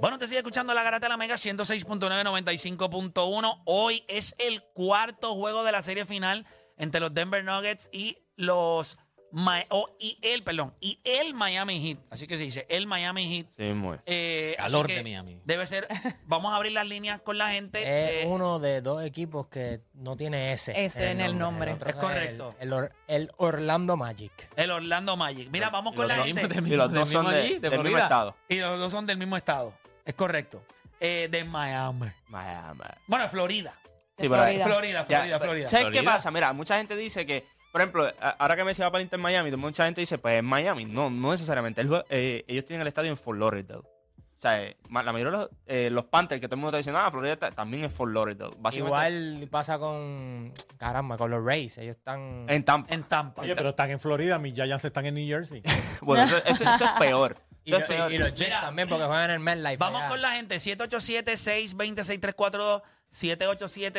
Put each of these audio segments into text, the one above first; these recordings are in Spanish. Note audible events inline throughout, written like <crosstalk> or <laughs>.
Bueno, te sigue escuchando la Garata de la Mega 106.9, 95.1. Hoy es el cuarto juego de la serie final entre los Denver Nuggets y los Mi- oh, y el, perdón, y el Miami Heat. Así que se dice, el Miami Heat. Sí, muy. Eh, así Calor que de Miami. Debe ser. Vamos a abrir las líneas con la gente. Es Eh, uno de dos equipos que no tiene S. S en el nombre. otro Es correcto. El, el Or- el Orlando Magic. el Orlando Magic. Mira, vamos con la Lo gente. mismo, del Y mismo- los del dos son mismo de, allí, de del mismo Florida. estado. Y los dos son del mismo estado. Es correcto. Eh, de Miami. Miami. Bueno, Florida. Sí, Es pero- Florida. Florida, Ya, Florida, pero- Florida. ¿Sabes qué Florida. pasa? Mira, mucha gente dice que, por ejemplo, a- ahora que Messi va para el Inter Miami, mucha gente dice, pues es Miami. No, no necesariamente. El jue- eh, ellos tienen el estadio en Fort Lauderdale. O sea, eh, ma- la mayoría de los, eh, los Panthers que todo el mundo está diciendo, ah, Florida ta- también es Fort Lauderdale. Básicamente Igual pasa con. Caramba, con los Rays. Ellos están. Eh, en Tampa. En Tampa. Oye, pero están en Florida, mis Giants están en New <laughs> Jersey. Bueno, eso, eso- eso es peor. y, Eso es los- peor. y los Jets Mira, también, porque juegan en el MetLife. Vamos allá. con la gente. 787-620-6342.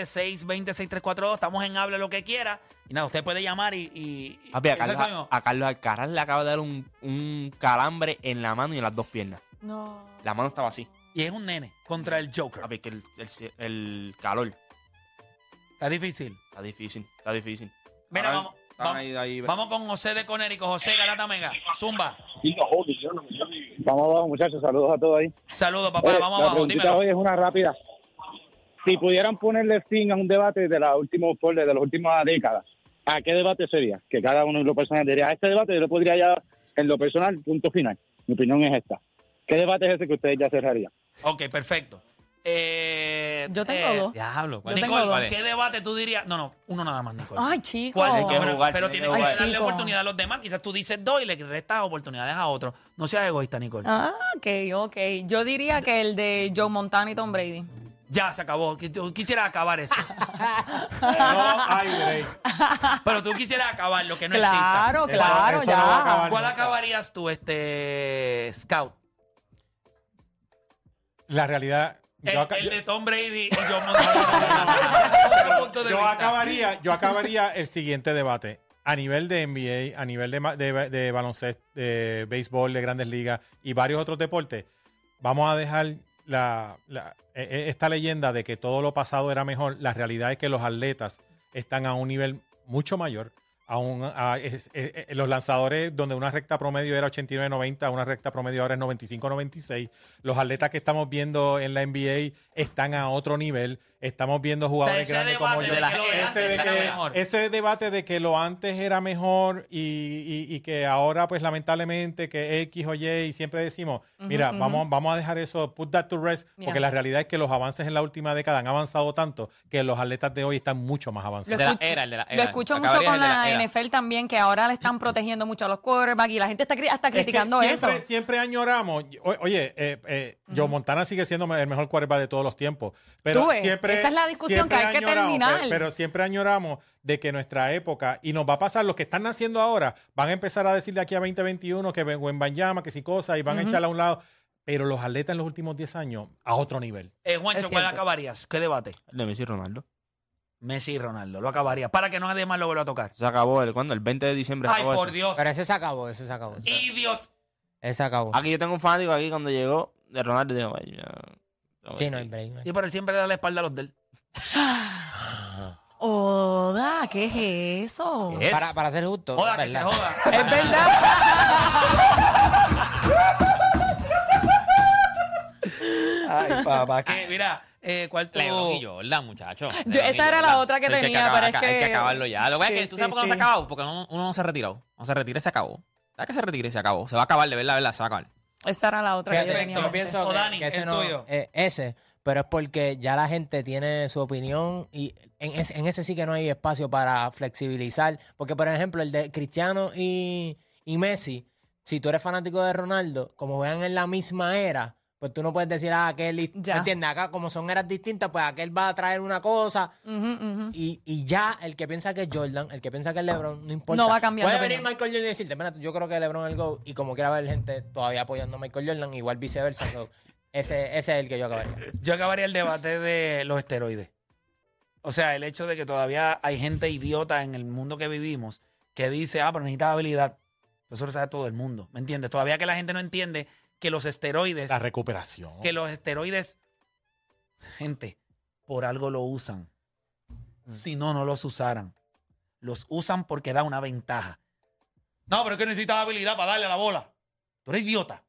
787-620-6342. Estamos en Habla lo que quiera. Y nada, usted puede llamar y. y y- Papi, Ah, a, eso es Carlos, mismo. a Carlos Alcaraz le acaba de dar un, un calambre en la mano y en las dos piernas. No. La mano estaba así. Y es un nene contra el Joker. Papi, que el, el- el calor Está difícil. está difícil, está difícil. Mira, Ahora vamos- están vamos- ahí- ahí- Vamos con José de Conérico. José Garata Mega. Zumba. Vamos abajo, muchachos. Saludos a todos ahí. Saludos, papá. Oye, Vamos la abajo. preguntita Dímelo. hoy es una rápida. Si pudieran ponerle fin a un debate de la última, por- de las últimas décadas, ¿a qué debate sería? Que cada uno en lo personal diría, a este debate yo lo podría ya en lo personal, punto final. Mi opinión es esta. ¿Qué debate es ese que ustedes ya cerrarían? Ok, perfecto. Eh, Yo tengo eh, dos. Diablo, ¿cuál Yo es? tengo Nicole, dos. ¿qué debate tú dirías? No, no, uno nada más, Nicole. Ay, chico. ¿Cuál? Hay que Pero- jugar, pero tiene tienes que que jugar. darle Chico. oportunidad a los demás. Quizás tú dices dos y le restas oportunidades a otros. No seas egoísta, Nicole. Ah, ok, ok. Yo diría que el de Joe Montana y Tom Brady. Ya se acabó. Qu- yo Quisiera <laughs> acabar eso. No hay break. Pero tú quisieras acabar lo que no claro, Eso- claro, eso no va a ya. exista. acabar. ¿Cuál acabarías tú, este Scout? La realidad. El, yo, aca- el yo- de Tom Brady y <laughs> John Montana. Otro punto de yo vista. acabaría, yo acabaría el siguiente debate. A nivel de NBA, a nivel de, ma- de, ba- de baloncesto, de béisbol, de grandes ligas y varios otros deportes, vamos a dejar la- la- e- e- esta leyenda de que todo lo pasado era mejor. La realidad es que los atletas están a un nivel mucho mayor. A un- a- es- eh, eh, los lanzadores donde una recta promedio era 89-90, una recta promedio ahora es 95-96. Los atletas que estamos viendo en la NBA están a otro nivel. Estamos viendo jugadores Ese grandes como debate yo. de que lo de Ese, antes de era que- mejor. ese debate de que lo antes era mejor y, y- y que ahora, pues lamentablemente, que X o Y, y siempre decimos, mira, vamos, vamos a dejar eso, put that to rest, Ya. porque la realidad es que los avances en la última década han avanzado tanto que los atletas de hoy están mucho más avanzados. Lo, De la escucho- era, el de la lo era. escucho mucho Acabarías con el de la la, era. NFL también, que ahora le <laughs> están protegiendo mucho a los quarterbacks y la gente está cri- hasta Es que criticando siempre, eso. Siempre añoramos. o- Oye, eh, eh, Joe Montana sigue siendo el mejor quarterback de todos los tiempos. Pero Tú ves, siempre. esa es la discusión que siempre hay que añoramos, terminar. pe- Pero, siempre añoramos de que nuestra época, y nos va a pasar, los que están naciendo ahora, van a empezar a decir de aquí a 2021 que en Banyama, que si cosas, y van a echarla a un lado. Pero los atletas en los últimos 10 años, a otro nivel. Eh, Juancho, Es ¿cuál cierto. acabarías? ¿Qué debate? De Messi y Ronaldo. Messi y Ronaldo. Lo acabaría. Para que no nadie más lo vuelva a tocar. Se acabó el cuándo? El 20 de diciembre. se Ay, acabó por eso. Dios. Pero ese se acabó, ese se acabó. Ese, Idiot. se acabó. Ah, Aquí yo tengo un fanático aquí cuando llegó de Ronaldo dijo, "Ay, ya, ya". Sí, no hay break. no hay Sí, pero él siempre le da la espalda a los del. Oda, ¿qué es eso? ¿Qué es? Para, para ser justo. Joda, es que <laughs> se verdad. joda. Es verdad. Ay, papá. Que, mira, eh, ¿cuál tu- Lebron y Jordan, muchacho. Yo- Lebron esa y era la Jordan. otra que Eso hay tenía, acabar- pero es hay que- que acabarlo ya. Lo que pasa es que Sí, tú sabes sí, por qué no sí. se ha acabado. Porque no- uno no se retiró. No se retira y se acabó. ¿Sabes que se retire y se acabó? Se va a acabar, de verdad, de verdad, se va a acabar. Esa era la otra que yo Fíjate, tenía. en yo mente. pienso O que, Dani, que ese el no. tuyo. eh, ese, pero es porque ya la gente tiene su opinión y en ese, en ese sí que no hay espacio para flexibilizar. Porque, por ejemplo, el de Cristiano y, y Messi, si tú eres fanático de Ronaldo, como vean en la misma era, pues tú no puedes decir, ah, aquel. ¿me Ya. ¿Entiendes? Acá, como son eras distintas, pues aquel va a traer una cosa. Ujú, ujú. Y, y ya el que piensa que es Jordan, el que piensa que es LeBron, no importa. No va a cambiar Puede de venir opinión. Michael Jordan y decirte, mira, yo creo que LeBron es el GO. Y como quiera haber gente todavía apoyando a Michael Jordan, igual viceversa. so, ese, ese es el que yo acabaría. Yo acabaría el debate de los esteroides. O sea, el hecho de que todavía hay gente idiota en el mundo que vivimos que dice, ah, pero necesitas habilidad. Eso lo sabe todo el mundo, ¿me entiendes? Todavía que la gente no entiende que los esteroides, La recuperación. que los esteroides, gente, por algo lo usan. Si no, no los usaran. Los usan porque da una ventaja. No, pero es que necesitas habilidad para darle a la bola. Tú eres idiota.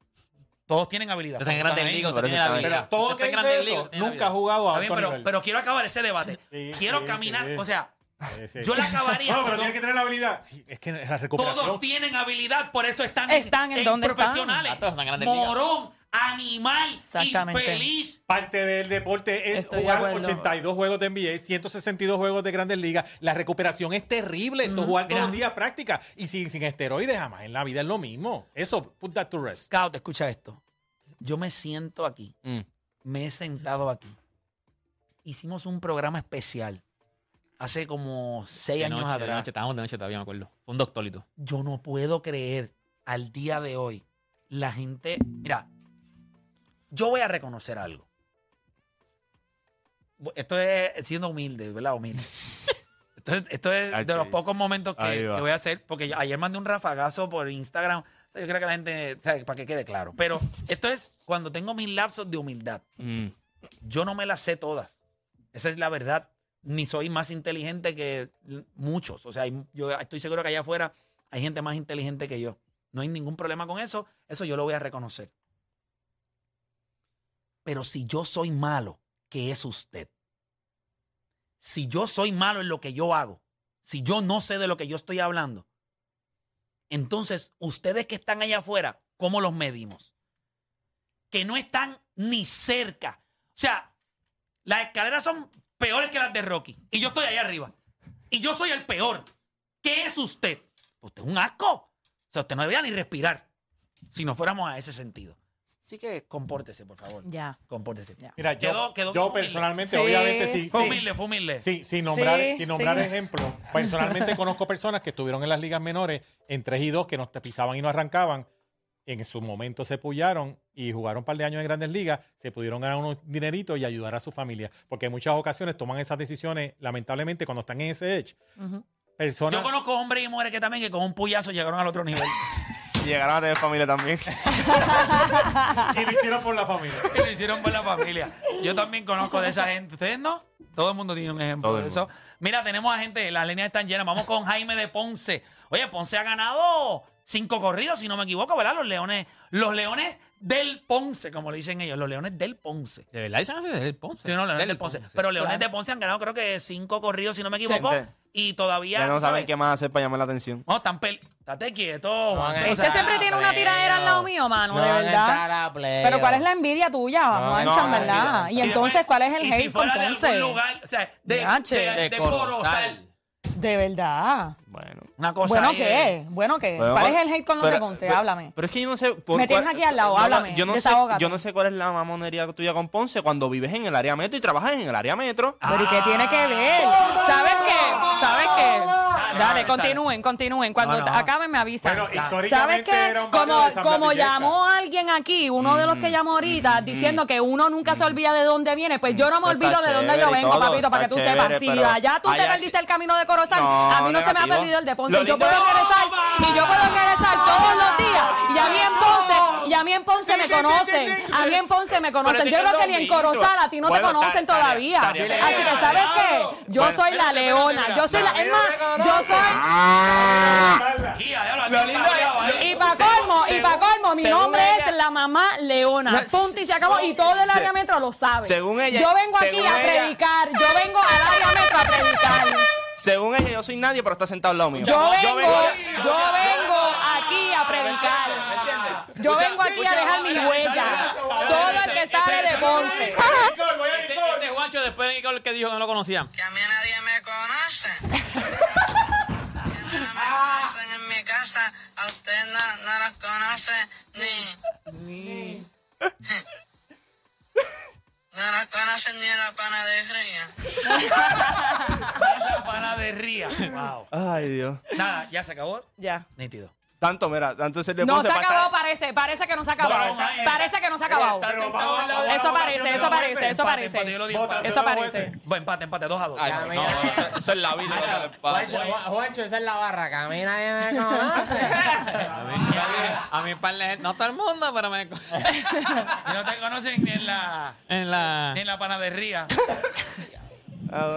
Todos tienen habilidad. Tú estás en grandes ahí, ligas, usted pero tiene eso la está vida. ahí. Pero todo Usted el que está en grandes dice eso ligas, usted tiene la nunca ha vida. jugado a Está alto bien, pero, nivel. pero quiero acabar ese debate. Sí, quiero sí, caminar, sí. o sea, Sí, sí. yo la acabaría. No, pero porque tiene que tener la habilidad. Sí, es que la recuperación. todos tienen habilidad, por eso están, Están en donde están. profesionales. Ah, todos están en grandes ligas. Morón, animal, Exactamente. infeliz. Parte del deporte es Estoy de jugar acuerdo. 82 juegos de NBA, 162 juegos de Grandes Ligas. La recuperación es terrible. Tú jugar todos los días práctica y sin, sin esteroides jamás en la vida es lo mismo. Eso, put that to rest. Scout, escucha esto. Yo me siento aquí, Mm. me he sentado aquí. Hicimos un programa especial hace como seis De años noche, de atrás. noche, estábamos de noche todavía, me acuerdo. Fue un doctorito. Yo no puedo creer al día de hoy la gente. Mira, yo voy a reconocer algo. Bu- Esto es siendo humilde, ¿verdad? <laughs> Humilde. Esto es, esto es Ahí de los va. pocos momentos que, Ah, Ahí va. que voy a hacer, porque yo- ayer mandé un rafagazo por Instagram. O sea, yo creo que la gente, o sea, para que quede claro. Pero esto es cuando tengo mis lapsos de humildad. Mm. Yo no me las sé todas. Esa es la verdad. Ni soy más inteligente que muchos. O sea, hay- yo estoy seguro que allá afuera hay gente más inteligente que yo. No hay ningún problema con eso. Eso yo lo voy a reconocer. Pero si yo soy malo, ¿qué es usted? Si yo soy malo en lo que yo hago, si yo no sé de lo que yo estoy hablando, entonces ustedes que están allá afuera, ¿cómo los medimos? Que no están ni cerca. O sea, las escaleras son peores que las de Rocky. Y yo estoy allá arriba. Y yo soy el peor. ¿Qué es usted? Usted es un asco. O sea, usted no debería ni respirar si no fuéramos a ese sentido. Así que compórtese, por favor. Ya. Compórtese. Ya. Mira, yo, Quedó- quedó yo humilde. personalmente, Sí, obviamente, sí. Fue sí. humilde, fue humilde. Sí, sin nombrar, Sí, sin nombrar sí. ejemplos. <laughs> Personalmente conozco personas que estuvieron en las ligas menores en 3 y 2 que no te pisaban y no arrancaban. En su momento se pullaron y jugaron un par de años en grandes ligas, se pudieron ganar unos dineritos y ayudar a su familia. Porque en muchas ocasiones toman esas decisiones, lamentablemente, cuando están en ese edge. Ujú. Personas. Yo conozco hombres y mujeres que también que con un puyazo llegaron al otro nivel. Y llegaron a tener <laughs> familia también. Y lo hicieron por la familia. y lo hicieron por la familia. Yo también conozco de esa gente. ¿Ustedes no? Todo el mundo tiene un ejemplo Todo el de eso. Mira, tenemos a gente, las líneas están llenas. Vamos con Jaime de Ponce. Oye, Ponce ha ganado cinco corridos, si no me equivoco, ¿verdad? Los leones, los leones del Ponce, como le dicen ellos, los leones del Ponce. De verdad, dicen eso es el Ponce. Sí, no, Leones del Ponce. Pero Leones Claro. de Ponce han ganado creo que cinco corridos, si no me equivoco. Gente, y todavía... Ya no tú saben sabes, qué más hacer para llamar la atención. No, están pel... Estate quieto. van a- Juancho, o Este sea, siempre tiene una tiradera al lado mío, mano, No de van a verdad. entrar a playoff. Pero ¿cuál es la envidia tuya, Juancha, no, en no, verdad? no. Y entonces, después- ¿cuál es el y hate si fuera con de Ponce? algún lugar, o sea, de, Yache, de- de Corozal. De verdad. Bueno. Una cosa Bueno, ahí de- ¿qué? Bueno, ¿qué? Pero- ¿Cuál es el hate con los de pero- Ponce? pero- Háblame. Pero es que yo no sé. por Me tienes aquí al lado, no, no, háblame, Yo no, sé, desahógate. yo no sé cuál es la mamonería tuya con Ponce cuando vives en el área Ah. metro y trabajas en el área metro. Pero ¿y qué tiene que ver? ¿Sabes qué? ¿Sabes qué? da- dale, continúen, continúen. Cuando No, no. acaben me avisan. Bueno, Da- ¿Sabes históricamente qué? era un barrio Como, de Mm, San como Blas y llamó alguien aquí, uno de los que llamó ahorita, diciendo que uno nunca se olvida de dónde viene, pues yo no me Eso está olvido de dónde yo chévere y vengo, todo, papito, para que tú está chévere, sepas. Si pero allá tú te allá- perdiste el camino de Corozal, No, a mí no se me ha negativo. perdido el de Ponce. Lo Y yo lindo- puedo regresar, y yo puedo regresar todos los días. Y a mí en Ponce, y a mí en Ponce me conocen. A mí en Ponce me conocen. Pero Yo es que creo que ni es en lo mismo. Corozal a ti no te Bueno, ta- conocen tarea, todavía. Así tarea, que, tarea, ¿sabes tarea. qué? Yo Bueno, soy la espérate, espérate, leona. Yo soy la. Es más, yo soy. ¿eh? Y para colmo, y para colmo, mi según nombre ella- es la mamá Leona. No, Punto y se acabó. Y todo el se- área metro lo sabe. según ella- Yo vengo aquí según a ella- predicar. Yo vengo al área metro a predicar. Según ella, yo soy nadie, pero está sentado al lado mío. Yo vengo, yo vengo aquí a predicar. Yo vengo aquí a dejar mis huellas. Todo el que sale de Ponce. Este, este guacho después de Nicole que dijo que no lo conocían. Que a mí nadie me conoce. Si a mí no me conocen en mi casa, a ustedes no, no los conoce ni. <laughs> No los conocen ni en la panadería. La panadería. Wow. <laughs> Ay, Dios. Nada, ya se acabó. Ya. Nítido. Tanto, mira, tanto se le No puse se para estar- acabó, parece. Parece que no se ha acabado. Bueno, eh, Parece que no se ha acabado. Pero vamos, vamos, vamos, Eso vamos, parece, votación eso de los parece, jueces. eso Empate, parece. empate, yo lo digo empate. Votación Eso de los parece. jueces. Bueno, empate, empate, dos a dos. Ay, Ya, no, mira. eso- eso es la vida. eso es el padre. Juancho, Ju- Juancho, esa es la barra, camina y me conoce. A mí, a mí, par de gente- no todo el mundo, pero me. <laughs> Y no te conocen ni en la, <laughs> en la. ni en la panadería.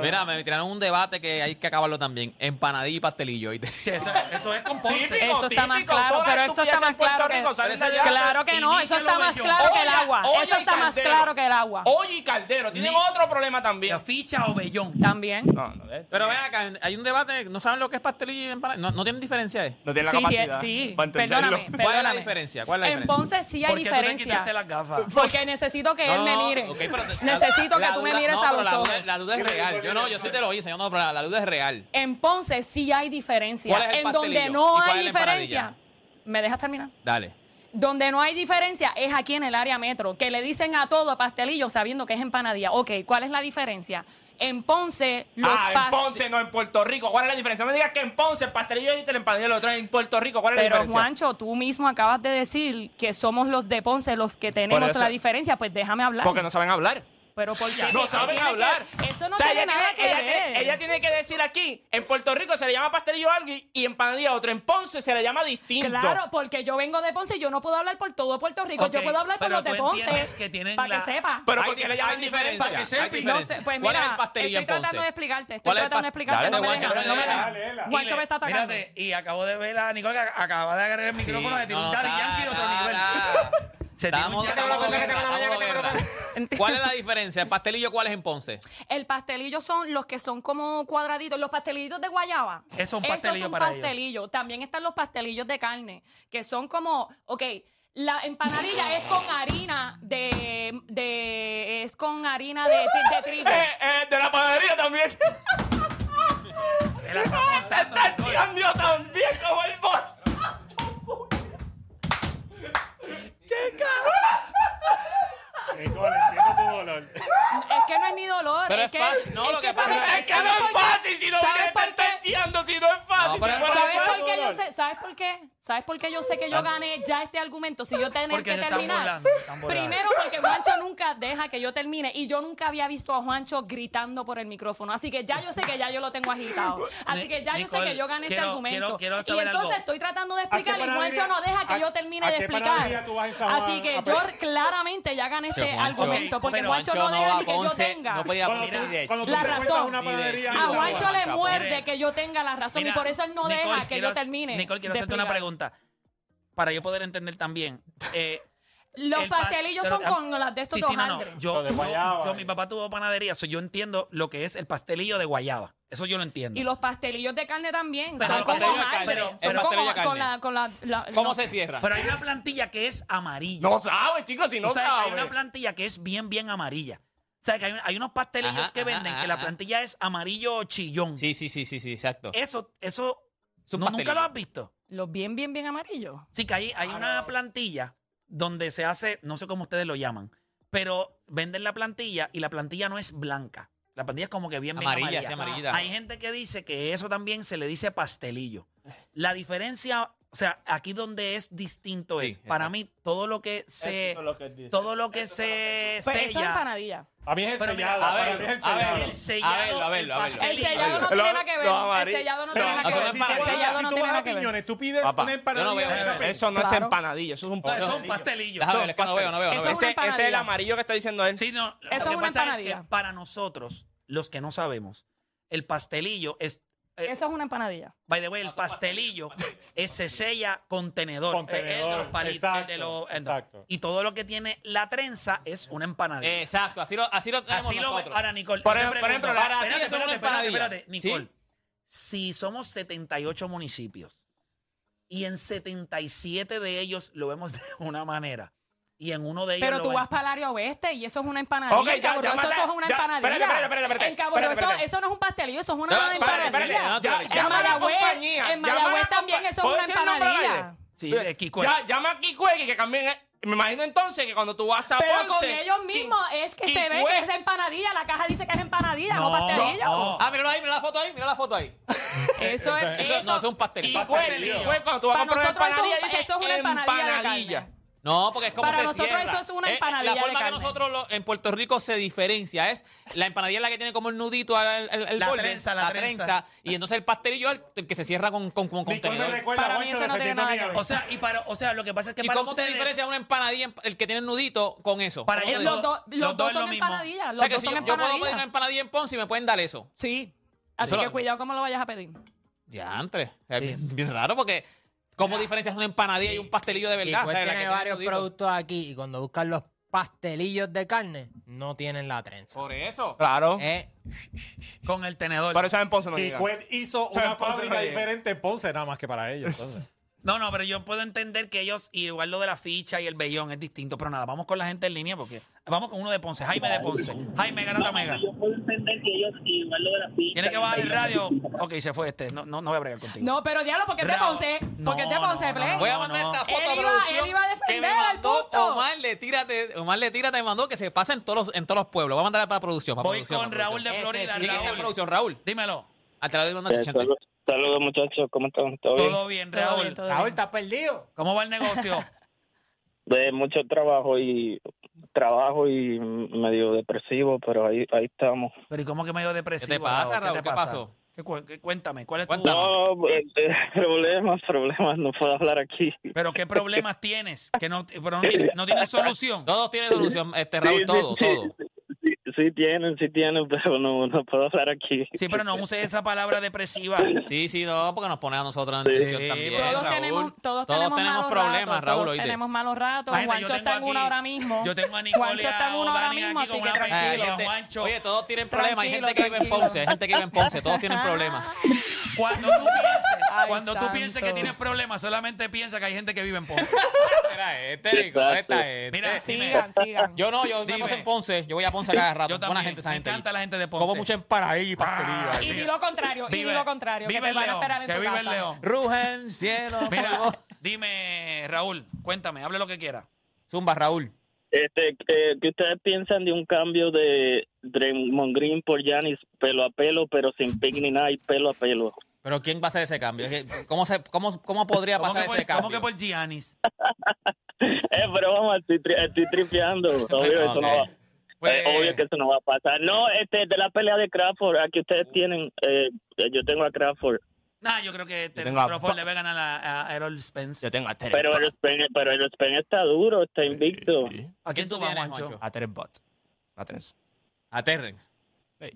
Mira, me tiraron un debate que hay que acabarlo también. Empanadilla y pastelillo. ¿oíste? Sí, eso, eso es con Ponce. Eso está más claro, todas pero las eso está estupideces más en Puerto claro Rico que salen allá. Claro que no, eso está más claro que el Olla- agua. Olla Eso y está más Caldero. claro que el agua. Oye, y Caldero, tienen Ni- otro problema La también. ficha o bellón. También. No, no, eh, Pero ven acá, hay un debate, no saben lo que es pastelillo y empanadilla. No, no tienen diferencia, ¿eh? no tiene la sí, capacidad. sí. para entenderlo. Perdóname, perdóname. ¿Cuál es la diferencia? ¿Cuál es la En diferencia? Ponce sí hay ¿Por qué tú te diferencia. quitaste las gafas? Porque necesito que él me No, mire. ok, pero te- necesito la- que tú me la- mires no, a pero los la ojos. duda, la duda es real. Yo no, yo soy de lo hice, yo no, pero la, la duda es real. En Ponce sí hay diferencia. ¿Cuál es el en donde pastelillo? no ¿Y cuál hay es la empanadilla? diferencia. ¿Me dejas terminar? Dale. Donde no hay diferencia es aquí en el área metro, que le dicen a todo pastelillo sabiendo que es empanadilla. Ok, ¿cuál es la diferencia? En Ponce, los Ah, en pas- Ponce, no en Puerto Rico. ¿Cuál es la diferencia? No me digas que en Ponce el pastelillo y el empanadillo lo traen en Puerto Rico. ¿Cuál es la Pero diferencia? Juancho, tú mismo acabas de decir que somos los de Ponce los que Por tenemos eso- la diferencia, pues déjame hablar. Porque no saben hablar. Pero porque No saben hablar. eso no O sea, tiene ella nada tiene- que ella tiene- ver. ella tiene que decir aquí, en Puerto Rico se le llama pastelillo algo y, y en Panadilla otro. En Ponce se le llama distinto. Claro, porque yo vengo de Ponce y yo no puedo hablar por todo Puerto Rico. Ok, yo puedo hablar por pero los de tú Ponce. entiendes que tienen para la- que sepa. Pero Hay ¿por qué di- le llaman hay diferencia? diferencia, Para que hay sepa. No diferencia. sé, pues ¿Cuál mira, es el pastelillo estoy en Ponce? tratando de explicarte, estoy ¿Cuál es el tratando de pas- explicarte, Dale, no me guacho, dejan, no no me dejan. dejan. Léela. Juancho me está atacando. Mírate, y acabo de ver a Nicole que acaba de agarrar el micrófono de tirar un no, Daddy ta, Yankee de otro ta, nivel. ta. Se tiró un Estamos, Daddy estamos Yankee. guerra, estamos guerra. ¿Cuál es la diferencia? ¿El pastelillo cuál es en Ponce? El pastelillo son los que son como cuadraditos, los pastelillos de guayaba. Es un Esos pastelillo son para ellos. pastelillos. También están los pastelillos de carne, que son como, ok, la empanadilla es con harina de, de es con harina de, de <laughs> trigo. Eh, eh, de la panadería también. <laughs> Te la estás Te contando, estás Nicole. tirando yo también como el boss. Nicole, entiendo tu dolor. Es que no es ni dolor, Pero es, es que fácil. No, lo que ¿sabes- pasa Es que no es por qué? fácil si no ¿Sabes vienes, por te estás qué? tirando si no es fácil. No, pero si fuera ¿Sabes fácil. por qué yo sé? ¿Sabes por qué? ¿Sabes por qué yo sé que yo gané ya este argumento si yo tener Ah. Porque que se están terminar? burlando, se están burlando. Primero porque Juancho nunca deja que yo termine y yo nunca había visto a Juancho gritando por el micrófono, así que ya yo sé que ya yo lo tengo agitado. Así que ya yo sé Nicole, que yo gané quiero- este argumento. quiero- quiero y saber entonces algo. estoy tratando de explicar y panadería- Juancho no deja que a- yo termine a de qué explicar. panadería tú vas en San Juan Así que a yo pedir? claramente ya gané este Juancho, argumento porque pero Juancho, no va deja a ni que yo Ponce, tenga. No podía Cuando Mira, tú- cuando tú la te razón. cuentas una panadería en A San Juan. Juancho le Mira, pues, muerde que yo tenga la razón y Mira, por eso él no Nicole, deja que quiero- yo termine. Nicole, quiero de hacerte una explicar. pregunta. Para yo poder entender también. Eh, Los el pa- pastelillos pero- ah, son con las de estos Sí, dos sí, no, no. hojaldres. Yo, Los de yo- guayaba, yo- eh. mi papá tuvo panadería, so yo entiendo lo que es el pastelillo de guayaba. Eso yo lo entiendo. Y los pastelillos de carne también. Pero son el con pastelillo de hojaldre, son carne, pero- el con- pastelillo de carne. con la- con la- la- ¿Cómo no. se cierra? Pero hay una plantilla que es amarilla. No sabe, chicos, si no O sea, que hay sabe. una plantilla que es bien, bien amarilla. O sea, que hay, hay unos pastelillos Ajá, que ajá, venden ajá, que la ajá. plantilla es amarillo chillón. Sí, sí, sí, sí, sí, exacto. Eso, eso, Es un no, nunca pastelillo. lo has visto. Los bien, bien, bien amarillos. Sí, que hay, hay Ah, una plantilla donde se hace, no sé cómo ustedes lo llaman, pero venden la plantilla y la plantilla no es blanca. La pandilla es como que bien, bien Amarilla, amarilla. sí, amarillita. Hay gente que dice que eso también se le dice pastelillo. La diferencia, o sea, aquí donde es distinto es, para mí, todo lo que se... Estos son los que dicen. todo lo que se Pues eso es sella... empanadilla. A mí es el Pero mira, sellado. a para ver, mí es el a ver, sellado. El sellado, A verlo, a verlo, a verlo. El sellado no Lo- tiene nada que ver. lo amarillo. El sellado no Pero tiene nada que eso ver. es para- El sellado no Si tú tiene vas nada a que ver. piñones, tú pides Papá, una yo no empanadilla veo de eso. esa Eso no es Claro. empanadilla, eso es Son un pastelillo. pastelillos. Déjame Son ver, es que no veo, no veo, no Eso veo. es una Ese, ese es el empanadilla. amarillo que está diciendo él. Sí, no, Eso lo es que una pasa es empanadilla. que para nosotros, los que no sabemos, el pastelillo es. eh, Eso es una empanadilla. by the way, el pastelillo es, se sella con tenedor. eh, el de los Contenedor, palitos, exacto, el de los- el- exacto. Y todo lo que tiene la trenza es una empanadilla. Exacto, así lo, así lo Eh, tenemos Así lo ve- nosotros. Ahora, Nicole. Por yo te ejemplo- por pregunto, ejemplo, para ti espérate, eso es una espérate, empanadilla. espérate, Nicole. ¿Sí? Si somos 78 municipios y en 77 de ellos lo vemos <laughs> de una manera y en uno de ellos Pero lo tú ven- vas para el área oeste y eso es una empanadilla. Ok, ya, en Cabo ya, Rojo, mata- eso es una ya, empanadilla. espérate, espérate, espérate, espérate. En Cabo Rojo, Espérate, espérate. eso no es un pastelillo, eso es una Espérate, espérate, empanadilla. espérate, espérate. En Llama a la Mayagüez, compañía, en llama a la Mayagüez compa- también eso es ¿Puedo una decir el nombre al aire? empanadilla. Sí, de Kiko. Ya, llama a Kikué y que cambien. eh, Me imagino entonces que cuando tú vas a Pero con Ponce, ellos mismos Ki- es que se ve Kikué- que es empanadilla. La caja dice que es empanadilla, no, pastelillo. no. Ah, míralo ahí, mira la foto ahí, mira la foto ahí. Eso es. <laughs> Eso, no, eso es un pastel. Kikué, Kikué, pues, cuando tú vas a Para comprar nosotros eso- empanadilla, dice eso es una empanadilla de empanadilla. carne. No, porque es como Para se nosotros cierra. eso es una Eh, empanadilla de La forma que carne. nosotros lo- en Puerto Rico se diferencia es la empanadilla es la que tiene como el nudito al, al- al La borde, trenza, la trenza. y entonces el pastelillo es el que se cierra con, con, con Nicole me contenedor. recuerda Para a mí Juancho eso no tiene defendiendo nada a que Nieves. O sea, y para, o sea, lo que pasa es que ¿Y para cómo te ustedes- diferencia una empanadilla, el que tiene el nudito, con eso? Para ¿Cómo ellos te- Los, lo- dos- los los dos dos es lo son mismo. empanadillas. o Los sea, que dos si son yo, yo puedo pedir una empanadillas. empanadilla en Ponce y me pueden dar eso. Sí. Así Eso que lo- cuidado cómo lo vayas a pedir. Diantre. O sea, Sí. bien- Bien raro porque ¿cómo diferencias una empanadilla y un pastelillo de verdad? Kikue pues O sea, la que tiene tiene varios nudito. productos aquí y cuando buscan los pastelillos de carne, no tienen la trenza. Por eso. Oh, Claro. Eh, con el tenedor. Por eso en Ponce no llega. Kikué hizo Fue una en Ponce fábrica Reyes. diferente en Ponce, nada más que para ellos. entonces. No, no, pero yo puedo entender que ellos, igual lo de la ficha y el vellón es distinto, pero nada, vamos con la gente en línea porque vamos con uno de Ponce, Jaime de Ponce. Jaime Garata Mega. Tiene que bajar el radio. Ok, se fue este. No, no, no voy a bregar contigo. No, pero diablo, ¿por qué te Bravo. Ponce? No, ¿Por qué te no, Ponce, no, Play? no, Voy a mandar esta foto Él a iba- producción él iba a que me defender al mandó punto. Omar le tírate, Omar le tírate, me mandó que se pasa en todos los, en todos los pueblos. Voy a mandarla para producción. Para Voy producción, con para Raúl de producción. Florida, Sí, que está en Raúl. producción, Raúl. Dímelo. Ah, te la voy mandando Eh, 80. saludos, saludos, muchachos, ¿cómo están? ¿Todo bien? Todo bien, Todo Raúl. bien, todo Raúl, bien. estás perdido. ¿Cómo va el negocio? <laughs> De mucho trabajo y trabajo y medio depresivo, pero ahí, ahí estamos. Pero ¿y cómo que medio depresivo? ¿Qué te pasa, Raúl? te ¿Qué pasa? pasó? ¿Qué cu- qué- cuéntame, ¿cuál es tu... Cuéntanos. No, eh, eh, problemas, problemas, no puedo hablar aquí. ¿Pero qué problemas tienes? Que no, pero no, no tienes solución. Todos tienen solución, este Raúl, todo, sí, todo. sí, sí tienen, sí tienen, <laughs> pero no, no puedo hablar aquí. Sí, pero no uses esa palabra depresiva. Sí, sí, no, porque nos pone a nosotros en Sí. decisión también. Todos Raúl. tenemos, todos, tenemos, malos problemas, ratos, Raúl, todos oíste. tenemos malos ratos. Imagínate, yo Juancho tengo está en una aquí- ahora mismo. yo tengo a Nicole Juancho y a está en una ahora Dani mismo, aquí así con que una Ah, hay tranquilo. gente- Juancho. oye, todos tienen problemas. Hay gente que vive en Tranquilo, Ponce, hay tranquilo. gente que vive en Ponce, todos tienen problemas. Cuando <laughs> tú pienses, Ay, cuando tú pienses que santo. tienes problemas, solamente piensa que hay gente que vive en <laughs> Ponce. Era este, Nicole, era Mira, dime, Sigan, sigan. Yo no, yo me Dime. paso en Ponce, yo voy a Ponce cada rato. <laughs> yo también. Buena gente esa me gente. encanta la gente de Ponce. Como mucho empanadilla y pastelillo. y di lo contrario, y Vive- di lo contrario, que vive te el van a León, esperar en que tu vive casa. el León. Rugen, cielo, <laughs> Mira, polvo. dime, Raúl, cuéntame, hable lo que quiera. Zumba, Raúl. Este, eh, ¿Qué ustedes piensan de un cambio de Draymond Green por Giannis pelo a pelo, pero sin pick ni nada y pelo a pelo? <laughs> Pero ¿quién va a hacer ese cambio? ¿Qué- ¿Cómo, se, cómo, cómo podría ¿Cómo que, pasar ese por, cambio? cómo que por Giannis? Eh, pero vamos, estoy, tri- estoy <laughs> tripeando. Obvio, eso no va. Ok. eh, Pues, obvio que eso no va a pasar. No, este, de la pelea de Crawford, aquí ustedes tienen, eh, yo tengo a Crawford, Nah, yo creo que Terence tengo a- Crawford le va a ganar a, a Errol Spence. Yo tengo a Terry pero el Spen, pero el Spen está duro, está invicto. ¿A quién ¿Quién tú tú vas, tienes, Juancho? Juancho? A Terry Bot. A Terence. A Terrence.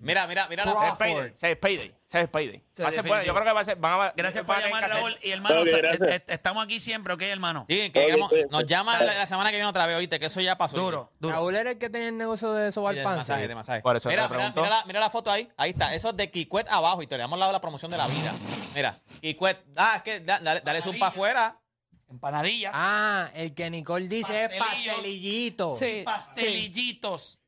Mira, mira, mira la Se despide, se despide, se despide. Se Va a ser despide. bueno, yo creo que va a ser. Van a, Gracias van por a tener llamar, que hacer- Raúl. Y hermano, Ok, sa- gracias. est- estamos aquí siempre, ¿ok, hermano? Sí, que Ok, queremos- perfecto. nos llama la, la semana que viene otra vez, oíste, que eso ya pasó. Duro, duro. Raúl era el que tenía el negocio de sobar Sí, de panza. masaje, de masaje. Por eso mira, te mira, pregunto. mira la, mira la foto ahí. Ahí está. Eso es de Kikwet abajo y te le damos la, la promoción de la vida. Mira, Kikwet. Ah, es que da- dale, dale zoom para afuera. Empanadillas, Ah, el que Nicole dice Pastelillos. es pastelillito. Sí, sí. pastelillitos.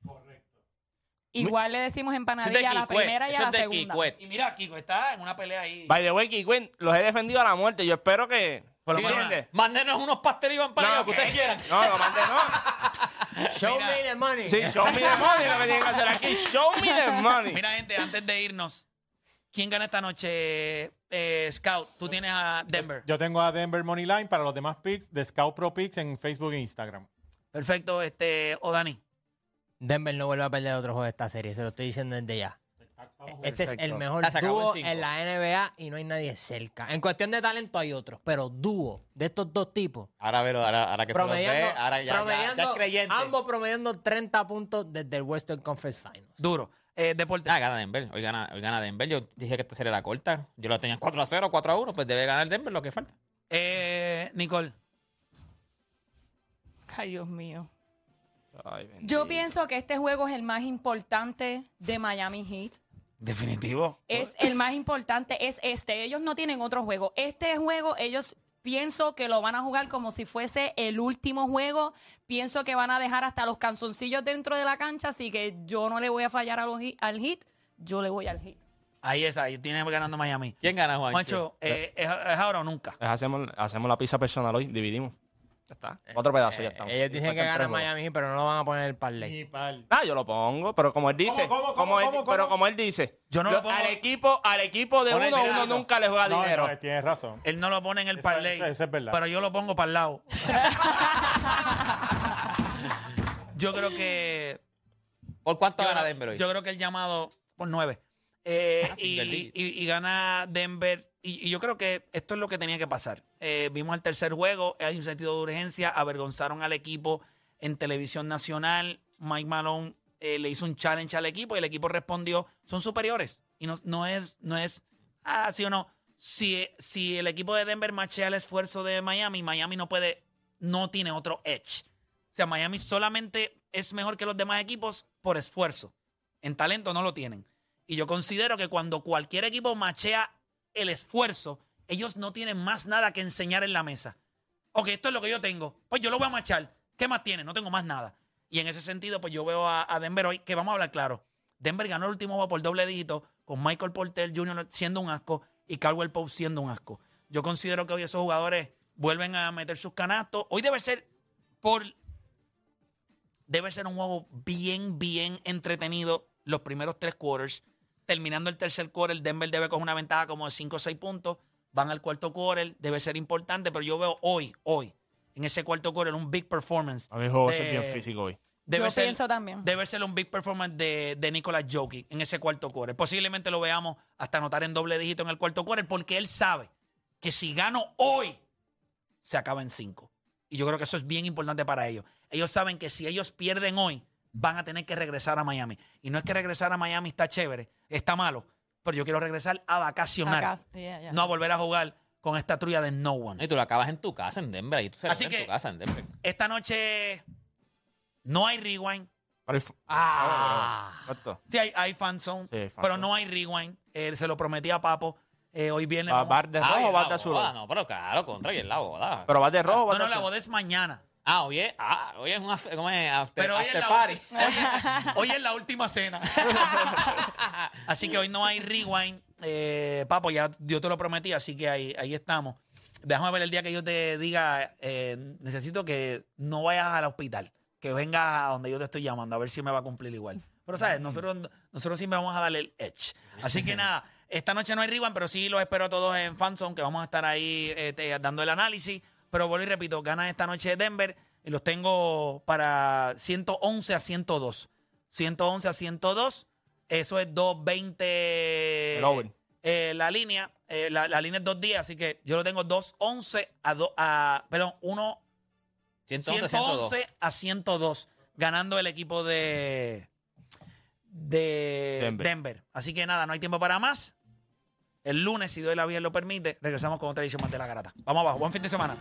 Igual le decimos Eso es de empanadilla a la Kikwet. primera y Eso a la es de segunda. Kikwet. Y mira, Kiko está en una pelea ahí. By the way, Kikwen, los he defendido a la muerte. Yo espero que. Por lo ¿Sí menos- entiendes? Mándenos unos pastelillos en para No, <laughs> lo que ustedes quieran. No, lo mandé, no. Show Mira. me the money. Sí, show me the money, lo que tienen que hacer aquí. Show me the <laughs> money. Mira, gente, antes de irnos, ¿quién gana esta noche? Eh, Scout, tú tienes a Denver. Yo tengo a Denver Money Line para los demás picks de Scout Pro Picks en Facebook e Instagram. Perfecto, este, o Dani. Denver no vuelve a perder otro juego de esta serie, se lo estoy diciendo desde ya. Oh, Este es el mejor Ah, se acabó dúo en cinco. en la NBA y no hay nadie cerca. En cuestión de talento hay otros, pero dúo de estos dos tipos. Ahora, pero ahora, ahora que se los ve, Promediando, ahora ya, ya, promediando- ya es creyente. ambos promediando 30 puntos desde el Western Conference Finals. Duro. Eh, deporte. Ah, gana Denver. Hoy gana, hoy gana Denver. Yo dije que esta serie era corta. Yo la tenía 4 a 0, 4 a 1. Pues debe ganar Denver lo que falta. Eh, Nicole. Ay, Dios mío. Ay, Yo bendito. pienso que este juego es el más importante de Miami Heat. Eh, Definitivo. Es el más importante, es este. Ellos no tienen otro juego. Este juego, ellos pienso que lo van a jugar como si fuese el último juego. Pienso que van a dejar hasta los canzoncillos dentro de la cancha, así que yo no le voy a fallar a los Heat- al hit, yo le voy al hit. Ahí está, ahí tiene ganando Miami. ¿Quién gana, Juan? Macho, eh, es, es ahora o nunca. Pues Hacemos, hacemos la pizza personal hoy, dividimos. Ya está. Eh, Cuatro pedazos, ya estamos. Eh, Ellos dicen que Faltan gana tres juegos. Miami, Heat, pero no lo van a poner en el parlay. Y pal. Ah, yo lo pongo, pero como él dice, ¿Cómo, cómo, como cómo, él- cómo, pero cómo? como él dice, Yo no lo pongo. al equipo, al equipo de Ponle uno, uno dinero. nunca le juega No, no, dinero. eh, tienes razón. Él no lo pone en el Esa- parlay. esa- esa es verdad. Pero yo lo pongo para el lado. yo creo que. ¿Por cuánto Yo gana creo- Denver hoy? Yo creo que el llamado por nueve. Eh, Ah, sin y, perdido. y- y gana Denver. Y, y yo creo que esto es lo que tenía que pasar. Eh, vimos el tercer juego, hay un sentido de urgencia, avergonzaron al equipo en televisión nacional. Mike Malone eh, le hizo un challenge al equipo y el equipo respondió, son superiores. Y no, no es, no es, ah, sí o no. Si, si el equipo de Denver machea el esfuerzo de Miami, Miami no puede, no tiene otro edge. O sea, Miami solamente es mejor que los demás equipos por esfuerzo. En talento no lo tienen. Y yo considero que cuando cualquier equipo machea el esfuerzo, ellos no tienen más nada que enseñar en la mesa. Ok, esto es lo que yo tengo. Pues yo lo voy a machar. ¿Qué más tiene? No tengo más nada. Y en ese sentido, pues yo veo a, a Denver hoy, que vamos a hablar claro. Denver ganó el último juego por doble dígito, con Michael Porter Jr. siendo un asco y Caldwell Pope siendo un asco. Yo considero que hoy esos jugadores vuelven a meter sus canastos. Hoy debe ser por debe ser un juego bien, bien entretenido los primeros tres quarters. Terminando el tercer quarter, Denver debe coger una ventaja como de 5 o 6 puntos. Van al cuarto quarter, debe ser importante, pero yo veo hoy, hoy, en ese cuarto quarter, un big performance. A mí el juego va a ser de- bien este. físico hoy. Yo pienso también. Debe ser un big performance de, de Nicolas Jokic en ese cuarto quarter. Posiblemente lo veamos hasta anotar en doble dígito en el cuarto quarter, porque él sabe que si gano hoy, se acaba en cinco. Y yo creo que eso es bien importante para ellos. Ellos saben que si ellos pierden hoy, van a tener que regresar a Miami. Y no es que regresar a Miami está chévere, está malo, pero yo quiero regresar a vacacionar, Acá, yeah, yeah. no a volver a jugar con esta trulla de no one. Y tú lo acabas en tu casa en Denver. Ahí tú se Así en que- tu casa en Denver. Esta noche no hay rewind. Pero el- Ah. Exacto. Sí, hay, hay fan zone, Sí, hay fan pero zone. no hay rewind. Eh, se lo prometí a Papo. Eh, hoy viene. Va- ¿Bar de rojo Ay, o la bar de azul? boda, No, pero claro, contra y es la boda. Pero bar de rojo o no, bar de no, la azul. boda es mañana. Ah, oye, ah, oye es un after, ¿cómo es? After, Pero hoy es, after la, party. hoy- hoy es la última <laughs> cena. así que hoy no hay rewind. Eh, papo, ya yo te lo prometí, así que ahí, ahí estamos. Déjame ver el día que yo te diga, eh, necesito que no vayas al hospital, que vengas a donde yo te estoy llamando, a ver si me va a cumplir igual. Pero, ¿sabes? Nosotros, nosotros siempre vamos a darle el edge. Así que nada, esta noche no hay rewind, pero sí los espero a todos en Fanson, que vamos a estar ahí eh, te- dando el análisis. Pero vuelvo y repito, ganan esta noche Denver y los tengo para 111 a 102. 111 a 102. Eso es 220. El over. eh, la línea. eh, la, la línea es dos días, así que yo lo tengo 211 a 2. A, perdón, 1, 111, 102. 111 a 102. Ganando el equipo de. De Denver. Denver. Así que nada, no hay tiempo para más. El lunes, si Dios y la vida lo permite, regresamos con otra edición más de la garata. Vamos abajo, buen fin de semana.